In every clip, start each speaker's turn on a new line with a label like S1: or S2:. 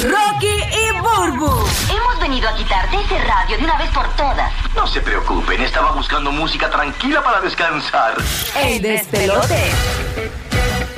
S1: Rocky y Burbu.
S2: Hemos venido a quitarte ese radio de una vez por todas.
S3: No se preocupen, estaba buscando música tranquila para descansar.
S1: El despelote.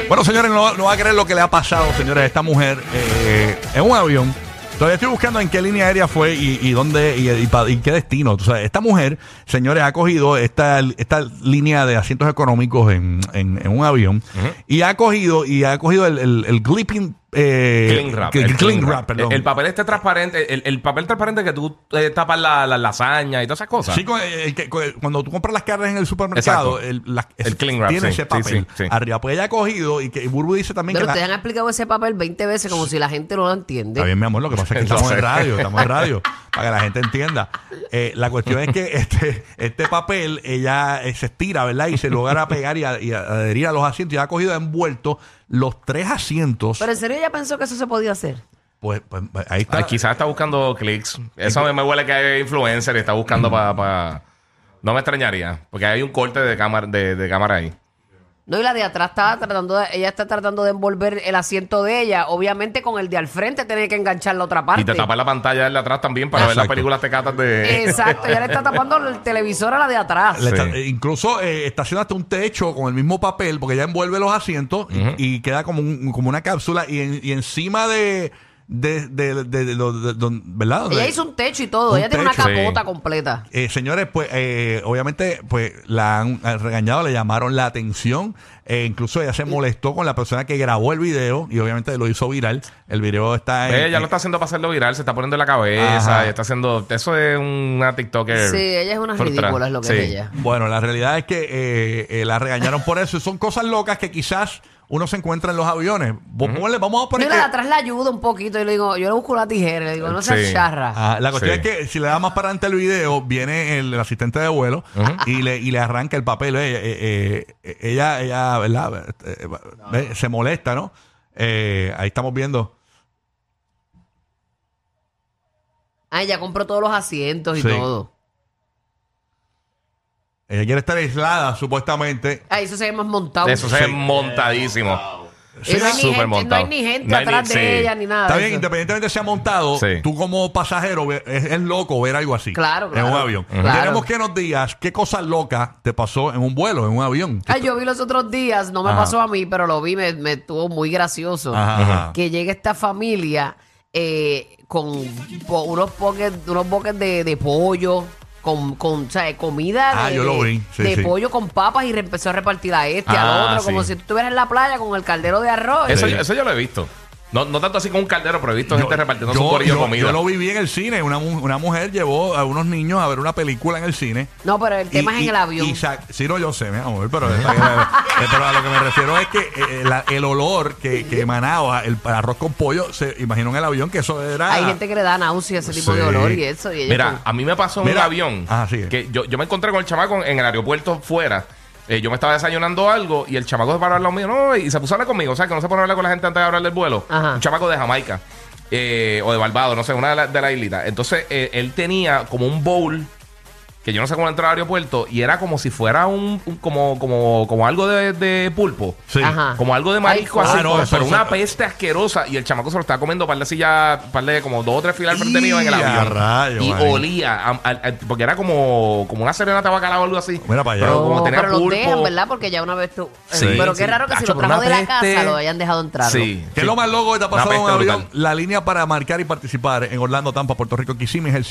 S4: Bueno, señores, no, no va a creer lo que le ha pasado, señores, a esta mujer eh, en un avión. Todavía estoy buscando en qué línea aérea fue y, y dónde y, y pa- y qué destino. O sea, esta mujer, señores, ha cogido esta, esta línea de asientos económicos en, en- en un avión y ha cogido y ha cogido el, el, el glipping, eh,
S5: Cling wrap.
S4: que- cling
S5: el cling
S4: wrap,
S5: wrap.
S4: perdón.
S5: El, el papel este transparente, el, el papel transparente que tú eh, tapas la, la lasaña y todas esas cosas.
S4: Sí, con- eh, que- con- cuando tú compras las carnes en el supermercado,
S5: Exacto.
S4: el, la-
S5: El cling wrap,
S4: tiene ese
S5: sí, sí,
S4: papel
S5: sí, sí.
S4: arriba. Pues ella ha cogido y que y Burbu dice también
S6: Pero
S4: que la-
S6: ustedes han explicado ese papel 20 veces como si la gente no lo entiende.
S4: Está bien, mi amor, lo que pasa es que
S5: No
S4: estamos en
S5: sé.
S4: radio, estamos en radio, para que la gente entienda. Eh, la cuestión es que este, este papel, ella eh, se estira, ¿verdad? Y se logra pegar y, a- y a- adherir a los asientos. Y ha cogido envuelto los tres asientos.
S6: Pero en serio ella pensó que eso se podía hacer.
S4: Pues, pues, ahí está.
S5: Ah, quizás está buscando clics. Eso me, me huele que hay influencer y está buscando para... No me extrañaría, porque hay un corte de cámara, de, de cámara ahí.
S6: No, y la de atrás está tratando de- ella está tratando de envolver el asiento de ella. Obviamente con el de al frente tiene que enganchar la otra parte.
S5: Y te tapas la pantalla de atrás también para ver las
S4: Exacto.
S5: películas tecatas de...
S6: Exacto, ella le está tapando el televisor a la de atrás.
S4: Le está-
S5: Sí.
S4: eh, incluso eh, estaciona hasta un techo con el mismo papel, porque ella envuelve los asientos y- y, queda como, un- como una cápsula. Y, en- y encima de. de, de, de- de- de- de- de- ¿Verdad?
S6: Ella
S4: De-
S6: hizo un techo y todo.
S4: Un
S6: ella tiene una
S4: techo.
S6: capota
S5: Sí.
S6: completa.
S4: Eh, señores, pues eh, obviamente pues la han han regañado, le llamaron la atención. Eh, incluso ella se molestó con la persona que grabó el video y obviamente lo hizo viral. El video está en...
S5: Pues Ella lo está haciendo para hacerlo viral, se está poniendo en la cabeza,
S4: Ajá.
S5: y está haciendo... Eso es una TikToker.
S6: Sí, ella es una
S5: frustrada.
S6: ridícula, es lo que
S5: Sí.
S6: es ella.
S4: Bueno, la realidad es que eh, eh, la regañaron por eso. Y son cosas locas que quizás uno se encuentra en los aviones. Vo- ponle- Vamos a
S6: Yo
S4: poner...
S6: la de
S4: que-
S6: atrás la ayudo un poquito y le digo, yo le busco una tijera, le digo, no seas
S5: Sí.
S6: charra.
S4: Ah, la cuestión
S5: Sí.
S4: es que si le da más para adelante el video, viene el, el asistente de vuelo y, le, y le arranca el papel. Eh, eh, eh, ella, ella, ¿verdad? Eh, eh, eh, se molesta, ¿no? Eh, ahí estamos viendo.
S6: Ah, ella compró todos los asientos y
S4: Sí.
S6: todo.
S4: Ella quiere estar aislada, supuestamente.
S6: Ah, eso se ve más montado.
S5: Eso se ve montadísimo.
S6: Y no, hay ni
S5: Súper
S6: gente, no
S5: montado.
S6: hay ni gente
S5: No hay ni-
S6: atrás de
S5: sí.
S6: ella ni nada.
S4: Está
S6: de
S4: bien,
S6: Ah, eso.
S4: independientemente sea montado,
S5: Sí.
S4: tú como pasajero ve- es, es loco ver algo así.
S6: Claro, claro.
S4: En un avión.
S6: Ujú. Claro.
S4: Queremos que nos digas qué cosa loca te pasó en un vuelo, en un avión.
S6: Ay, yo vi los otros días, no me
S4: Ajá.
S6: pasó a mí, pero lo vi, me, me estuvo muy gracioso. eh,
S4: Ajá, ajá.
S6: Que llega esta familia eh, con po- unos pockets unos buckets de, de pollo, con, con o sea, de comida
S4: Ah,
S6: de,
S4: yo
S6: de-
S4: lo vi. Sí,
S6: de
S4: sí.
S6: pollo con papas y re- empezó a repartir a este, al
S5: Ah,
S6: otro, como
S5: sí.
S6: si tú estuvieras en la playa con el caldero de arroz.
S5: Eso,
S4: Sí.
S5: eso yo lo he visto. No, no tanto así con un caldero, pero he visto gente repartiendo
S4: yo-
S5: su corillo de
S4: yo-
S5: comida.
S4: yo lo viví en el cine. Una, mu- una mujer llevó a unos niños a ver una película en el cine.
S6: No, pero el tema
S4: Y-
S6: es en
S4: y-
S6: el avión.
S4: y sa- sí, no, yo sé, mi amor, pero, pero a lo que me refiero es que eh, la- el olor que, que emanaba el arroz con pollo, se imaginó en el avión que eso era...
S6: Hay gente que le da náuseas, ese tipo
S4: Sí.
S6: de olor y eso. Y ellos
S5: Mira,
S6: con-
S5: a mí me pasó en
S4: Mira.
S5: un avión
S4: Ah, sí.
S5: que yo, yo me encontré con el chamaco en el aeropuerto fuera. Eh, yo me estaba desayunando algo y el chamaco se paró al lado mío no, y se puso a hablar conmigo. O sea, que no se pone a hablar con la gente antes de hablar del vuelo.
S6: Ajá.
S5: Un chamaco de Jamaica eh, o de Barbados, no sé, una de las de la islitas. Entonces eh, él tenía como un bowl que yo no sé cómo entrar al aeropuerto y era como si fuera un, un- como, como, como algo de, de pulpo.
S4: Sí.
S6: Ajá.
S5: Como algo de marisco
S6: Ah. Ay,
S5: así,
S4: ah, no,
S5: pero-
S4: eso-
S5: pero
S4: eso-
S5: una peste asquerosa. Y el chamaco se lo estaba comiendo par de sillas, par de como dos o tres filas al frente mío en el
S4: ¡Y a
S5: avión.
S4: rayos,
S5: y
S4: man!
S5: olía, a- a- a- porque era como, como una serenata bacalao o algo así.
S4: Mira para allá.
S5: Pero
S6: No,
S5: como tenía
S6: pero
S5: pulpo.
S6: los dejan, ¿verdad? Porque ya una vez tú... eh,
S5: Sí,
S6: pero qué
S5: sí.
S6: raro que si
S5: Tacho,
S6: lo
S5: por
S6: trajo
S5: una
S6: de la
S5: peste.
S6: casa lo hayan dejado entrar.
S5: Sí.
S4: ¿Qué es lo más loco que te ha
S5: Una
S4: pasado en un
S5: peste
S4: avión?
S5: brutal.
S4: La línea para marcar y participar en Orlando, Tampa, Puerto Rico, Kissimmee es el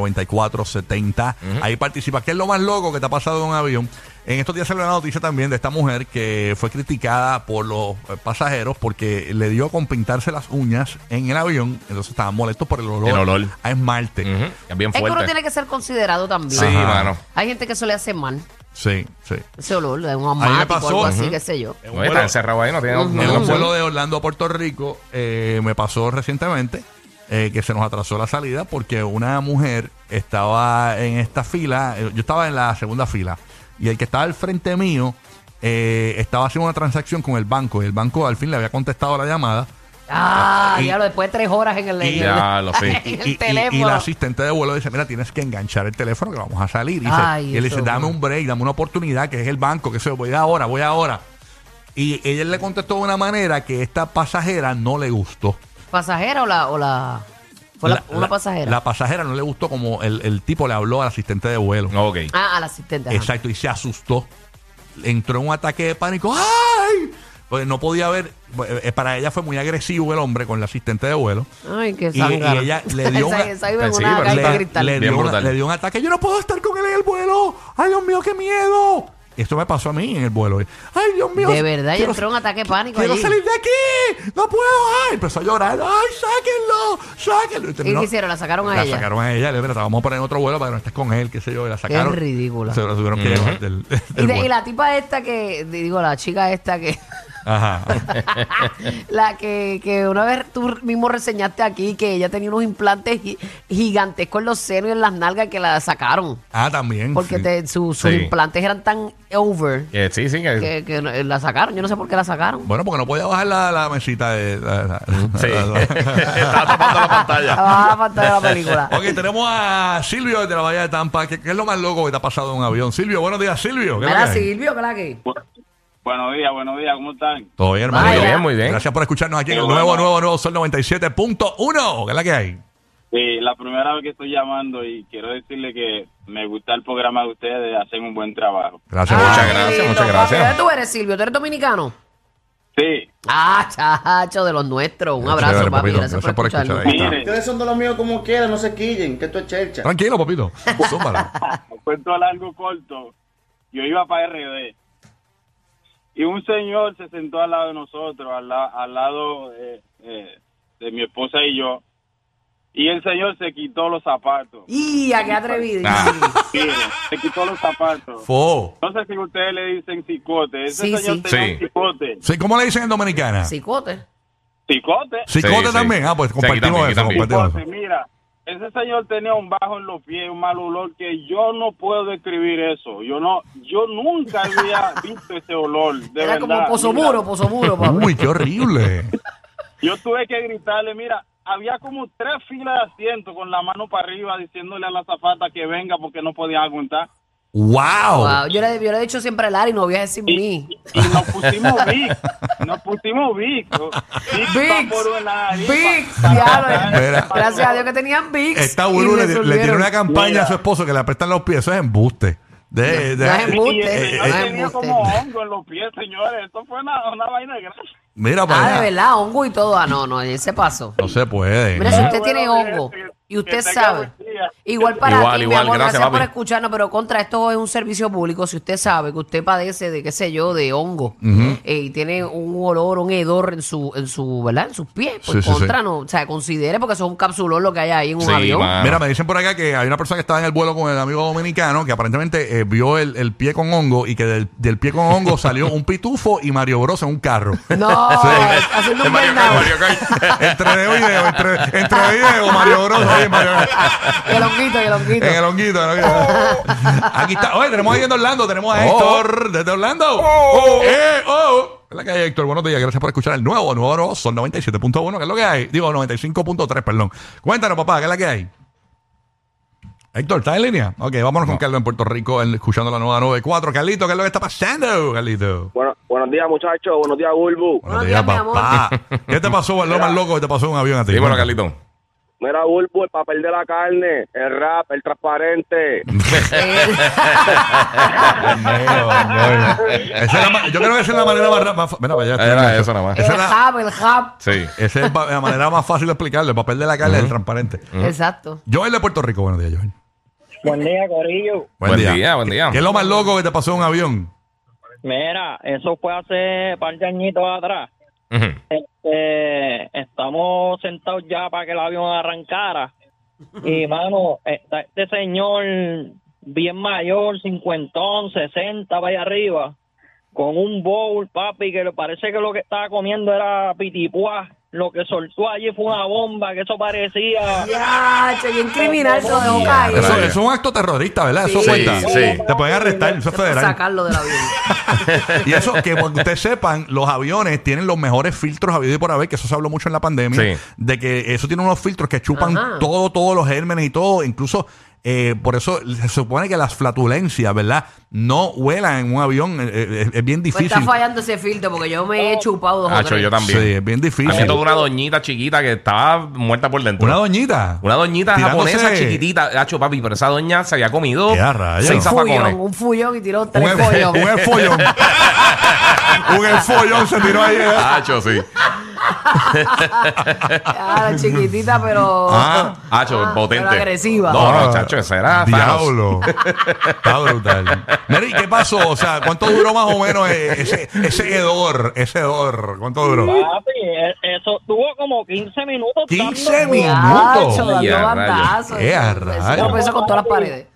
S4: 787-622-9470. Ahí participa. ¿Qué es lo más loco que te ha pasado en un avión? En estos días salió una noticia también de esta mujer que fue criticada por los eh, pasajeros porque le dio con pintarse las uñas en el avión. Entonces estaban molestos por el olor,
S5: El olor.
S4: a esmalte.
S5: Ujú, Es bien
S6: Es que uno
S5: fuerte.
S6: tiene que ser considerado también.
S5: Sí,
S4: Ajá.
S5: mano.
S6: Hay gente que eso le hace mal.
S4: Sí, sí.
S6: Ese olor de un
S4: me
S6: asmático
S4: pasó,
S6: o algo así,
S4: ujú.
S6: qué sé yo.
S4: En un
S5: No, está
S4: vuelo-
S5: encerrado ahí, no tiene no
S6: Ujú.
S5: tiene
S4: En un
S5: opción.
S4: vuelo de Orlando a Puerto Rico eh, me pasó recientemente eh, que se nos atrasó la salida porque una mujer estaba en esta fila, eh, yo estaba en la segunda fila, y el que estaba al frente mío eh, estaba haciendo una transacción con el banco, y el banco al fin le había contestado la llamada.
S6: Ah,
S4: Y-
S6: diablo, después de tres horas en el,
S4: y-
S6: en el-
S5: Ya, lo sé.
S6: en el
S4: y- y-
S6: teléfono.
S4: y la asistente de vuelo dice, mira, tienes que enganchar el teléfono que vamos a salir. Y, dice-
S6: Ay,
S4: y él
S6: eso
S4: dice, dame
S6: bueno.
S4: un break, dame una oportunidad, que es el banco, que se voy ahora, voy ahora. Y ella le contestó de una manera que esta pasajera no le gustó.
S6: ¿Pasajera o la, o la, fue la- una pasajera?
S4: La pasajera no le gustó como el, el tipo le habló al asistente de vuelo.
S5: Ok.
S6: ah, a la asistente. ajá.
S4: Exacto, y se asustó. Entró en un ataque de pánico. ¡Ay! Pues no podía ver. eh, Para ella fue muy agresivo el hombre con el asistente de vuelo.
S6: Ay, qué
S4: Y- y
S6: zángara.
S4: ella le
S6: Esa-
S4: dio una-
S6: esa iba en
S5: Sí,
S6: una
S5: pero
S6: gaita
S5: le-
S6: de
S4: le,
S6: cristal.
S4: le
S5: Bien
S4: dio una-
S5: brutal.
S4: le dio un ataque. Yo no puedo estar con él en el vuelo. ¡Ay, Dios mío, qué miedo! Esto me pasó a mí en el vuelo. ¡Ay, Dios mío!
S6: De verdad, y
S4: quiero-
S6: entró un ataque de pánico
S4: ¡Quiero
S6: allí.
S4: salir de aquí! ¡No puedo! ¡Ay! Empezó a llorar. ¡Ay, sáquenlo! ¡Sáquenlo!
S6: ¿Y
S4: terminó-
S6: qué hicieron? ¿La sacaron a
S4: la
S6: ella?
S4: sacaron a ella, le dijeron, "Te vamos a poner en otro vuelo para que no estés con él, qué sé yo, y la sacaron.
S6: ridícula.
S4: Se la tuvieron que
S5: Ujú.
S4: llevar del, del
S6: Y, de- y
S4: vuelo.
S6: la tipa esta que, digo, la chica esta que...
S4: Ajá.
S6: la que, que una vez tú mismo reseñaste aquí que ella tenía unos implantes gi- gigantescos en los senos y en las nalgas que la sacaron.
S4: Ah, también.
S6: Porque
S4: sí.
S6: te- su- sus
S5: Sí.
S6: implantes eran tan over
S5: Eh, sí, sí. Que,
S6: que, que no- eh, la sacaron. Yo no sé por qué la sacaron.
S4: Bueno, porque no podía bajar la, la mesita de. la- la-
S5: sí.
S4: la- la-
S5: Estaba tapando la pantalla.
S6: Ah, la pantalla de la película.
S4: Ok, tenemos a Silvio de la Bahía de Tampa, que, que es lo más loco que te ha pasado en un avión. Silvio, buenos días, Silvio. ¿Qué es lo
S6: Mira,
S4: que hay?
S6: Silvio, ¿qué la que?
S7: Bu- Buenos días, buenos días, ¿cómo están?
S4: Todo bien, hermano.
S6: Muy bien,
S4: Gracias.
S5: muy bien.
S4: Gracias por escucharnos aquí en
S7: Qué
S4: el nuevo,
S7: bueno.
S4: nuevo, nuevo Sol 97.1. ¿Qué es la que hay?
S7: Sí, Eh, la primera vez que estoy llamando y quiero decirle que me gusta el programa de ustedes, hacen un buen trabajo.
S4: Gracias, muchas
S5: Muchas
S6: Ay,
S4: gracias.
S5: gracias,
S6: lindo,
S5: muchas
S6: papi.
S5: gracias.
S6: ¿Dónde tú eres, Silvio? ¿Tú eres dominicano?
S7: Sí,
S6: Ah, chacho, de los nuestros. Un
S4: Chévere,
S6: abrazo, papi.
S4: papito.
S6: Gracias, por, escucharnos.
S4: Ahí está.
S7: mire,
S8: Ustedes son de los míos como quieran, no se quillen, que esto es chercha.
S4: Tranquilo, papito. Zúmbalo.
S7: os cuento largo corto. Yo iba para RD y un señor se sentó al lado de nosotros, al, la- al lado eh, eh, de mi esposa y yo, y el señor se quitó los zapatos.
S6: ¡Y a qué atrevido!
S7: Mire, se quitó los zapatos.
S4: Fo.
S7: No sé si ustedes le dicen cicote. Ese
S6: Sí,
S7: señor
S6: sí.
S7: tenía
S5: Sí.
S7: un cicote.
S4: Sí, ¿Cómo le dicen en Dominicana?
S6: Cicote.
S7: Cicote.
S4: Psicote
S5: Sí, sí.
S4: también. Ah, pues
S5: Sí, aquí también,
S4: compartimos
S5: aquí
S4: eso.
S5: también.
S4: Compartimos
S7: Porque,
S4: eso.
S7: mira, ese señor tenía un bajo en los pies, un mal olor que yo no puedo describir eso. Yo no, yo nunca había visto ese olor. De
S6: Era
S7: verdad.
S6: como pozo
S7: Mira,
S6: muro, pozo muro, papi.
S4: Uy, qué horrible.
S7: Yo tuve que gritarle, mira, había como tres filas de asiento con la mano para arriba diciéndole a la zapata que venga porque no podía aguantar.
S4: ¡Wow!
S6: Wow, Yo, le, yo le he dicho siempre al Ari, no viajes sin mí.
S7: Y nos pusimos Vic, nos pusimos Vic. Vic,
S6: Vix,
S7: vaporú en la nariz,
S6: Vix,
S7: pa-
S6: diablo.
S4: Mira.
S6: Gracias a Dios que tenían Vix.
S4: Esta
S6: y
S4: buru le, le
S6: resolvieron.
S4: tiene una campaña
S7: Mira.
S4: a su esposo que le apretan los pies. Eso es embuste. De, de-
S6: No es embuste.
S7: Y el
S6: Eh,
S7: señor
S6: eh,
S7: tenía
S6: embuste.
S7: como hongo en los pies, señores. Esto fue una, una vaina de gracia.
S4: Mira para
S6: Ah, de
S4: allá.
S6: verdad, hongo y todo. Ah, no, no, ese paso.
S4: No se puede.
S6: Mira, si
S7: Ah,
S6: usted
S7: bueno,
S6: tiene
S7: mire,
S6: hongo
S7: que-
S6: y usted
S7: que tenga
S6: sabe.
S7: buen día.
S6: Igual para
S5: Igual,
S6: ti, mi
S5: igual,
S6: amor,
S5: gracias,
S6: gracias, por
S5: papi.
S6: escucharnos, pero contra esto es un servicio público. Si usted sabe que usted padece de, qué sé yo, de hongo eh, y tiene un olor, un hedor en su, en su, ¿verdad? En sus pies, pues
S4: Sí, sí,
S6: contra
S4: sí.
S6: no, o sea, considere porque eso es un capsulón lo que hay ahí en un
S5: Sí,
S6: avión.
S5: mano.
S4: Mira, me dicen por acá que hay una persona que estaba en el vuelo con el amigo dominicano que aparentemente eh, vio el, el pie con hongo y que del, del pie con hongo salió un pitufo y Mario Bros en un carro.
S6: No, haciendo un
S5: Mario
S6: bernado.
S5: Kart, Mario Kart.
S4: entre video, entre, entre video, Mario Bros. ahí, Mario Bros.
S6: Y el honguito, y el honguito.
S4: En el honguito. en el honguito. Aquí está. Oye, tenemos ahí en Orlando. Tenemos
S5: Oh.
S4: a Héctor desde Orlando. Oh, eh, oh. ¿Qué es la que hay, Héctor? Buenos días. Gracias por escuchar el nuevo, nuevo, nuevo. Son 97.1. ¿Qué es lo que hay? Digo, 95.3, perdón. Cuéntanos, papá. ¿Qué es la que hay? Héctor, ¿estás en línea? Ok, vámonos con Carlos en Puerto Rico, él escuchando la nueva 94. Carlito, ¿qué es lo que está pasando, Carlito?
S9: Bueno, buenos días, muchachos. Buenos días, Bulbu.
S6: Buenos días, mi amor.
S4: ¿Qué te pasó, lo más loco que te pasó en un avión a ti?
S5: Dímelo, Carlito.
S9: Mira, Bulbu, el papel de la carne, el rap, el transparente.
S4: Esa es la ma- yo creo que esa es la manera más... ra- más fa- Mira, para allá, estoy
S5: Era
S4: hablando.
S5: eso nada más.
S4: Esa
S6: el
S4: es la-
S6: hub, el hub.
S5: Sí.
S4: Esa es pa- la manera más fácil de explicarlo. El papel de la carne es el transparente.
S6: Exacto.
S4: Joel de Puerto Rico, buenos días, Joel.
S8: Buen día, Corillo.
S5: Buen día, buen día.
S4: ¿Qué es lo más loco que te pasó en un avión?
S8: Mira, eso fue hace par de añitos atrás.
S5: Ujú.
S8: Este, estamos sentados ya para que el avión arrancara. Y, mano, está este señor bien mayor, cincuentón, sesenta, vaya arriba, con un bowl, papi, que lo- parece que lo que estaba comiendo era pitipuá. Lo que soltó allí fue una bomba, que eso parecía...
S6: Ya, che, bien criminal, se lo dejó
S8: Ya,
S6: caer.
S4: Eso,
S5: Raya.
S4: eso es un acto terrorista, ¿verdad? Eso
S6: Sí.
S4: cuenta.
S5: Sí.
S4: Te pueden arrestar, eso es
S6: Para
S4: federal.
S6: Sacarlo del avión.
S4: Y eso, que porque ustedes sepan, los aviones tienen los mejores filtros habido y por haber, que eso se habló mucho en la pandemia,
S5: Sí.
S4: de que eso tiene unos filtros que chupan
S6: Ajá.
S4: todo, todos los gérmenes y todo, incluso eh, por eso se supone que las flatulencias, ¿verdad? No vuelan en un avión, eh, eh, es, es bien
S6: Pues
S4: difícil.
S6: está fallando ese filtro porque yo me he chupado dos o
S5: Hacho,
S6: tres.
S5: Ah, yo también.
S4: Sí, es bien difícil.
S5: A mí toda una doñita chiquita que estaba muerta por dentro.
S4: Una doñita.
S5: Una doñita
S4: Tirándose-
S5: japonesa chiquitita, hacho papi, pero esa doña se había comido
S4: ¡Qué a rayos!
S5: seis
S6: Un
S5: zafacones.
S6: fullón, un fullón y tiró
S4: Un
S6: tres
S4: esfollón.
S6: follones.
S4: Un esfollón. un esfollón se tiró ahí. ¿eh?
S5: Hacho, sí.
S6: Ah, chiquitita, pero.
S4: Ah,
S5: Hacho,
S6: Ah,
S5: potente.
S6: pero agresiva.
S5: No,
S4: Ah,
S5: no, chacho, esa era Thanos.
S4: Diablo. Está brutal. Mary, ¿qué pasó? O sea, ¿cuánto duró más o menos eh, ese, ese hedor? Ese hedor. ¿Cuánto duró?
S8: Papi, e- eso tuvo como 15 minutos.
S4: 15
S8: dando-
S4: minutos.
S6: Gacho,
S5: Ay,
S6: dando
S5: a
S6: bandazos.
S4: rayos. Eh, a
S6: Eso
S4: rayos.
S6: peso con todas las paredes.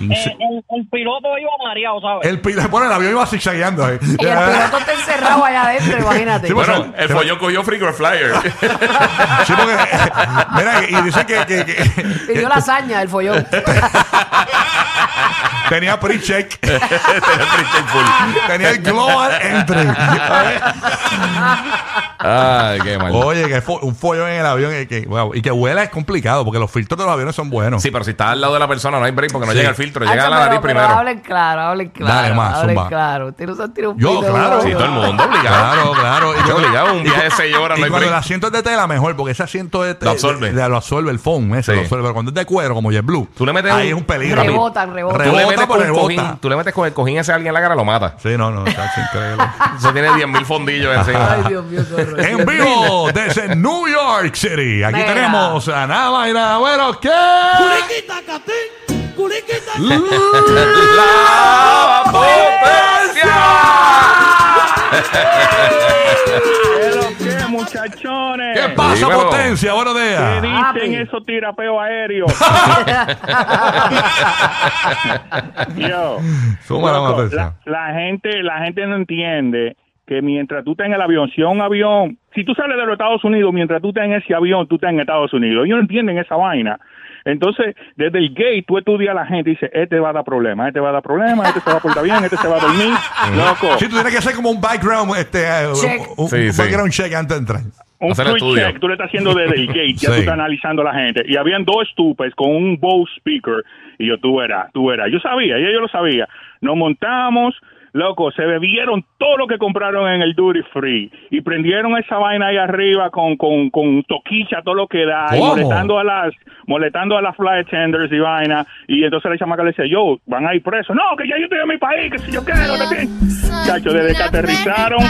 S8: Eh, el, el piloto iba mareado, ¿sabes?
S4: El, pi- bueno, el avión iba zigzagueando ahí.
S6: Y el piloto está encerrado allá adentro, imagínate.
S4: Sí, pues, bueno,
S5: El follón cogió Free Girl Flyer.
S4: Sí, porque, eh, mira, y dice que, que- que
S6: Pidió la hazaña del follón.
S4: tenía pre-check,
S5: Tenía el Christian Full.
S4: tenía el global entry.
S5: Ay, qué mal.
S4: Oye, que fo- un follón en el avión y que, wow, y que huela es complicado porque los filtros de los aviones son buenos.
S5: Sí, pero si está al lado de la persona no hay break porque no
S4: Sí.
S5: llega el filtro, llega a
S6: Hacho,
S5: la
S6: pero-
S5: nariz
S6: pero
S5: primero.
S6: Hablen claro, hablen claro.
S4: Dale, más,
S6: hablen
S4: zumba.
S6: claro. Usted no se tira un
S4: Yo,
S6: pito,
S4: claro.
S6: ¿no?
S5: Sí, todo el mundo obligado.
S4: Claro, claro. Y
S5: Yo
S4: cuando-
S5: obligado, un
S4: y
S5: viaje de
S4: cu-
S5: seis horas,
S4: Y
S5: no hay
S4: cuando el
S5: break.
S4: asiento es de tela, mejor, porque ese asiento es de-
S5: Lo absorbe.
S4: de- de- lo absorbe el foam, ese,
S5: Sí.
S4: lo absorbe. Pero cuando es de cuero, como JetBlue,
S5: Tú le metes
S4: ahí
S5: un-
S4: es un peligro.
S6: Rebotan, rebotan.
S5: Tú le, metes
S4: Rebota por
S5: con el
S4: rebota.
S5: cojín, tú le metes con el cojín ese a alguien en la cara, lo mata.
S4: Sí, no, no, está increíble.
S5: Eso tiene 10.000 fondillos encima.
S6: Ay, Dios mío, qué horror.
S4: En vivo desde New York City. Aquí
S6: Mira.
S4: tenemos a nada más y nada menos que.
S5: ¡La potencia!
S9: ¿Qué lo que, muchachones?
S4: ¿Qué pasa,
S5: Dímelo.
S4: potencia? Buenos días.
S6: Papi.
S9: esos tirapeos aéreos? Yo.
S4: Súmala,
S9: Loco,
S4: potencia.
S9: la, la gente, la gente no entiende que mientras tú estás en el avión, si a un avión, si tú sales de los Estados Unidos, mientras tú estás en ese avión, tú estás en Estados Unidos. Ellos no entienden esa vaina. Entonces, desde el gate, tú estudias a la gente y dices, este va a dar problemas, este va a dar problemas, este se va a portar bien, este se va a dormir. Loco.
S4: Sí, tú tienes que hacer como un background, este, eh,
S6: Check.
S4: un,
S5: Sí,
S4: un
S5: sí.
S4: background check antes de entrar.
S9: Un
S5: Hacer el
S9: free
S5: estudio.
S9: check, tú le estás haciendo desde el gate, ya
S4: Sí.
S9: tú estás analizando a la gente. Y habían dos estupes con un Bose speaker. Y yo, tú verás, tú verás. Yo sabía, ya yo lo sabía. Nos montamos, loco, se bebieron todo lo que compraron en el duty free. Y prendieron esa vaina ahí arriba con, con, con toquicha, todo lo que da. Y
S4: ¿Cómo?
S9: molestando a las, molestando a las flight attenders y vaina. Y entonces la chamaca le decía, yo, van a ir presos. No, que ya yo estoy en mi país, que si yo quiero, no te- Chacho, desde que aterrizaron,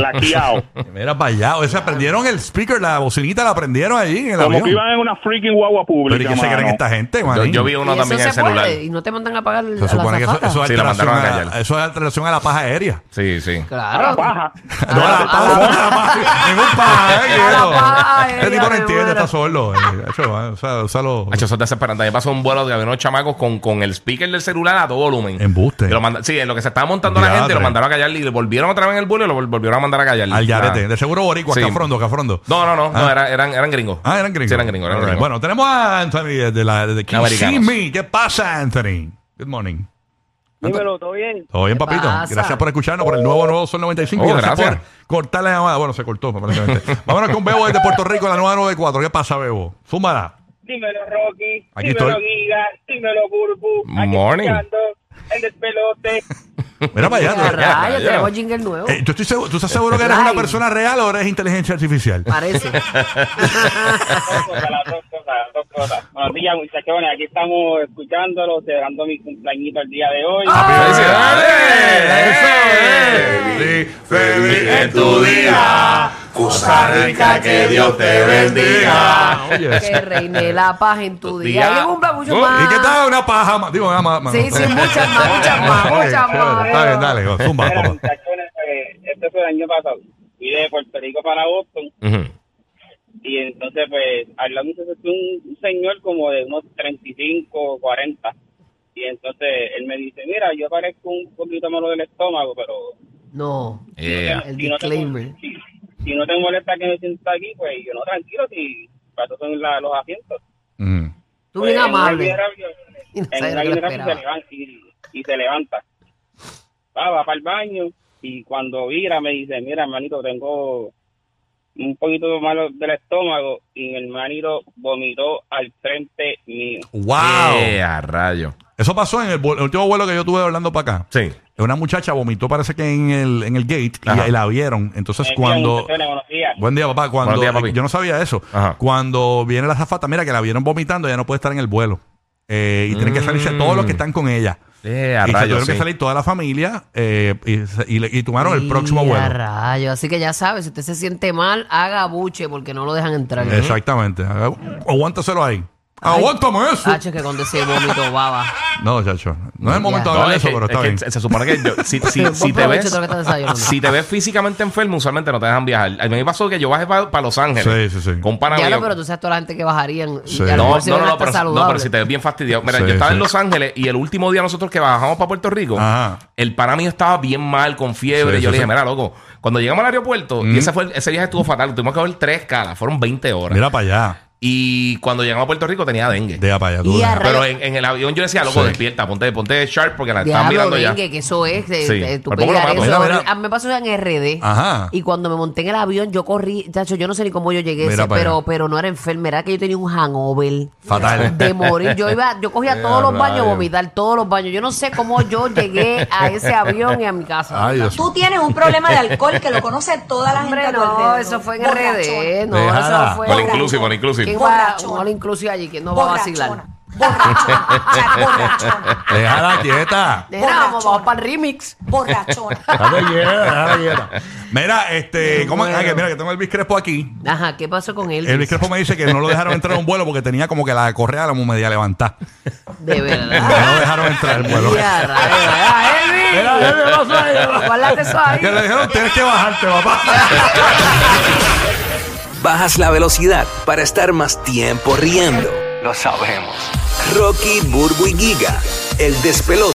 S9: laqueado.
S4: Mira para allá. O sea, prendieron el speaker, la bocinita la prendieron ahí en el
S9: Como
S4: avión.
S9: que iban en una freaking guagua
S4: Pero ¿y
S9: pública.
S4: qué se
S9: mano.
S4: creen esta gente,
S5: Yo,
S4: manín?
S5: yo vi
S6: Y
S5: uno
S6: eso
S5: también en
S6: se
S5: el celular.
S6: puede, Y no te mandan a pagar
S4: Se supone que eso, eso es
S5: Sí, la
S4: alteración
S5: mandaron a
S4: a la-
S5: callar.
S4: eso es alteración a la paja aérea.
S5: Sí, sí.
S9: A la
S6: Claro.
S4: Ah,
S9: paja.
S4: No, a la paja, no, a la paja. Ningún paja
S6: A la paja
S4: aérea.
S6: aérea,
S4: Este tipo no
S6: me
S4: entiende,
S6: muero.
S4: está solo. eh. Hacho, eh, usa- Úsalo.
S5: Hacho, eso es desesperante. A mí me pasó un vuelo de unos chamacos con, con el speaker del celular a todo volumen.
S4: Embuste.
S5: Y lo manda- sí, en lo que se estaba montando la gente,
S4: Diadre.
S5: lo mandaron a callar y le volvieron otra vez en el vuelo y lo vol- volvieron a mandar a callar.
S4: Al yarete.
S5: Nada.
S4: De seguro boricua,
S5: Sí.
S4: cafrondo, cafrondo.
S5: No, no, no.
S4: Ah.
S5: no era- eran, eran gringos.
S4: Ah, eran gringos.
S5: Sí, eran gringos. eran
S4: Alright.
S5: gringos.
S4: Bueno, tenemos a Anthony de la de
S5: Americanos.
S4: Kissimmee. ¿Qué pasa, Anthony? Good morning.
S8: Dímelo, ¿todo bien?
S4: Todo bien,
S6: ¿Qué
S4: papito.
S6: pasa?
S4: Gracias por escucharnos por el nuevo nuevo Sol 95.
S5: Oh,
S4: gracias,
S5: gracias.
S4: por cortar la llamada. Bueno, se cortó, aparentemente. Vámonos con Bebo desde Puerto Rico, la nueva 94. ¿Qué pasa, Bebo? Súmala.
S8: Dímelo, Rocky.
S4: Aquí Dímelo, estoy.
S8: Giga. Dímelo, Burbu.
S5: Aquí Morning. escuchando
S8: El despelote.
S4: Mira para
S6: Ya,
S4: allá.
S6: rayos,
S5: ya.
S6: tenemos jingle nuevo.
S4: Eh, ¿tú, estoy seguro- ¿Tú estás seguro que eres una
S6: Ay.
S4: persona real o eres inteligencia artificial?
S6: Parece.
S8: Dos cosas, las dos cosas, las dos cosas. Buenos días, muchachones. Aquí estamos escuchándolo, celebrando mi cumpleañito el día de hoy.
S4: Ah,
S5: ¡Felicidades!
S4: ¡Eso es! ¡Feliz en tu día! ¡Cosa rica que Dios te bendiga! Oye.
S6: Ah, que reine la paz en tu día.
S5: Día.
S6: Y cumpla mucho
S5: Oh,
S6: más.
S4: ¿Y qué tal? Una paja más. Digo, nada más. más,
S6: Sí,
S4: no.
S6: sí, muchas más, muchas más,
S4: Ok,
S6: muchas más.
S4: chévere. Está bien, dale. go, Zumba,
S8: Mira,
S4: papá.
S8: muchachones, eh, este fue el año pasado. Fui de Puerto Rico para Boston
S5: Ujú.
S8: y entonces, pues, hablando entonces de un un señor como de unos 35, 40. Y entonces él me dice, mira, yo parezco un poquito malo del estómago, pero
S6: No,
S5: Yeah.
S6: el
S8: si no te,
S6: disclaimer.
S8: si, si no te molesta que me sienta aquí, pues yo no, tranquilo, si para eso son la- los asientos.
S4: Mm.
S6: Tú bien
S8: Pues, en una
S6: amable.
S8: guerra-
S6: Y no
S8: en
S6: sabía
S8: una
S6: lo que
S8: guerra
S6: esperaba.
S8: se levanta y, y se levanta. Va, va para el baño y cuando vira me dice, mira, hermanito, tengo un poquito malo del estómago y mi hermanito vomitó al frente mío.
S4: ¡Wow!
S5: Eh, a rayo.
S4: Eso pasó en el, vu- el último vuelo que yo tuve hablando para acá.
S5: Sí.
S4: Una muchacha vomitó, parece que en el, en el gate,
S5: Ajá.
S4: y, y la vieron. Entonces,
S8: Me
S4: cuando.
S8: decían, "Buenos días".
S4: Buen día, papá. Cuando,
S5: Buenos días, papi.
S4: Yo no sabía eso.
S5: Ajá.
S4: Cuando viene la zafata, mira que la vieron vomitando, ya no puede estar en el vuelo. Eh, y tienen que salirse
S5: Mm.
S4: todos los que están con ella.
S5: Eh, a
S4: y se
S5: rayo,
S4: tuvieron
S5: sí.
S4: que salir toda la familia eh, y, se- y le- y tomaron el próximo
S6: Y a
S4: vuelo.
S6: rayo. Así que ya sabes, si usted se siente mal, haga buche porque no lo dejan entrar.
S4: Exactamente. Agu- Aguántaselo ahí.
S6: Ay,
S4: Aguántame eso.
S6: Hacho, Ah, que cuando ese vómito baba.
S4: No, chacho. No es el momento de
S5: No,
S4: hablar de
S5: es
S4: eso,
S5: que-
S4: pero
S5: es
S4: está
S5: que
S4: bien.
S5: se, se supone que yo- si, si-
S6: Buen
S5: si te
S6: provecho,
S5: ves,
S6: todo lo que estás desayunando.
S5: si te ves físicamente enfermo, usualmente no te dejan viajar. A mí me pasó que yo bajé para Los Ángeles.
S4: Sí, sí, sí.
S5: Con un pana
S6: Ya
S5: mío.
S6: no, pero tú sabes toda la gente que bajarían. y
S4: Sí.
S6: a lo
S5: No,
S6: mejor se
S5: no,
S6: ven
S5: no, no,
S6: hasta
S5: pero, no, pero
S6: saludables.
S5: si te ves bien fastidiado. Mira,
S4: Sí,
S5: yo estaba
S4: sí.
S5: en Los Ángeles y el último día nosotros que bajamos para Puerto Rico,
S4: Ajá.
S5: el pana mío estaba bien mal, con fiebre.
S4: Sí, sí,
S5: yo le dije,
S4: sí.
S5: mira, loco, cuando llegamos al aeropuerto, y ese, fue, ese viaje estuvo fatal, tuvimos que ver tres escalas, fueron 20 horas.
S4: Mira para allá.
S5: Y cuando llegamos a Puerto Rico tenía dengue.
S4: Deja para allá.
S6: Y
S4: tú.
S6: a
S4: Pero-
S5: Pero en, en el avión yo decía, loco,
S4: Sí.
S5: despierta, ponte, ponte sharp porque la
S6: Diablo,
S5: están mirando ya.
S6: dengue, que eso es. eh,
S5: Sí.
S6: eh, tú
S5: Al poco lo
S6: pegar
S5: mato.
S6: eso.
S4: Mira, mira.
S6: Ah, me pasó en RD.
S4: Ajá.
S6: Y cuando me monté en el avión, yo corrí. Chacho, yo no sé ni cómo yo llegué,
S4: Mira
S6: sí,
S4: para
S6: pero,
S4: allá.
S6: pero no era enferma, era que yo tenía un hangover.
S4: Fatal.
S6: De morir. Yo iba, yo cogía todos los baños, a vomitar todos los baños. Yo no sé cómo yo llegué a ese avión y a mi casa.
S4: Ay, Dios
S1: Tú tienes un problema de alcohol que lo conoce toda la gente.
S6: Hombre,
S1: a tu alrededor.
S6: no, eso fue en
S1: Borrachona.
S6: RD. No,
S4: Dejala.
S6: eso fue.
S5: All inclusive, all inclusive.
S6: ¿Quién va a-
S1: Borrachona.
S6: un all inclusive allí? ¿Quién no va a vacilar?
S1: Borrachona. Borrachona. O sea, Borrachona.
S4: Déjala quieta.
S6: Nena, vamos,
S1: Borrachona.
S6: vamos para el remix.
S1: Borrachona.
S4: Déjala quieta, déjala quieta. Mira, este, ¿cómo, ah, que, mira que tengo el Crespo aquí.
S6: Ajá, ¿qué pasó con él?
S4: El Crespo me dice que no lo dejaron entrar a un vuelo porque tenía como que la correa la media levantada.
S6: De
S4: No
S6: verdad.
S4: lo dejaron entrar al vuelo.
S6: Ya, rayos. Ah, Elvis. Guárdate eso ahí.
S4: Que le dijeron, tienes que bajarte, papá.
S10: Bajas la velocidad para estar más tiempo riendo. Lo sabemos. Rocky, Burbu y Giga, el despelote.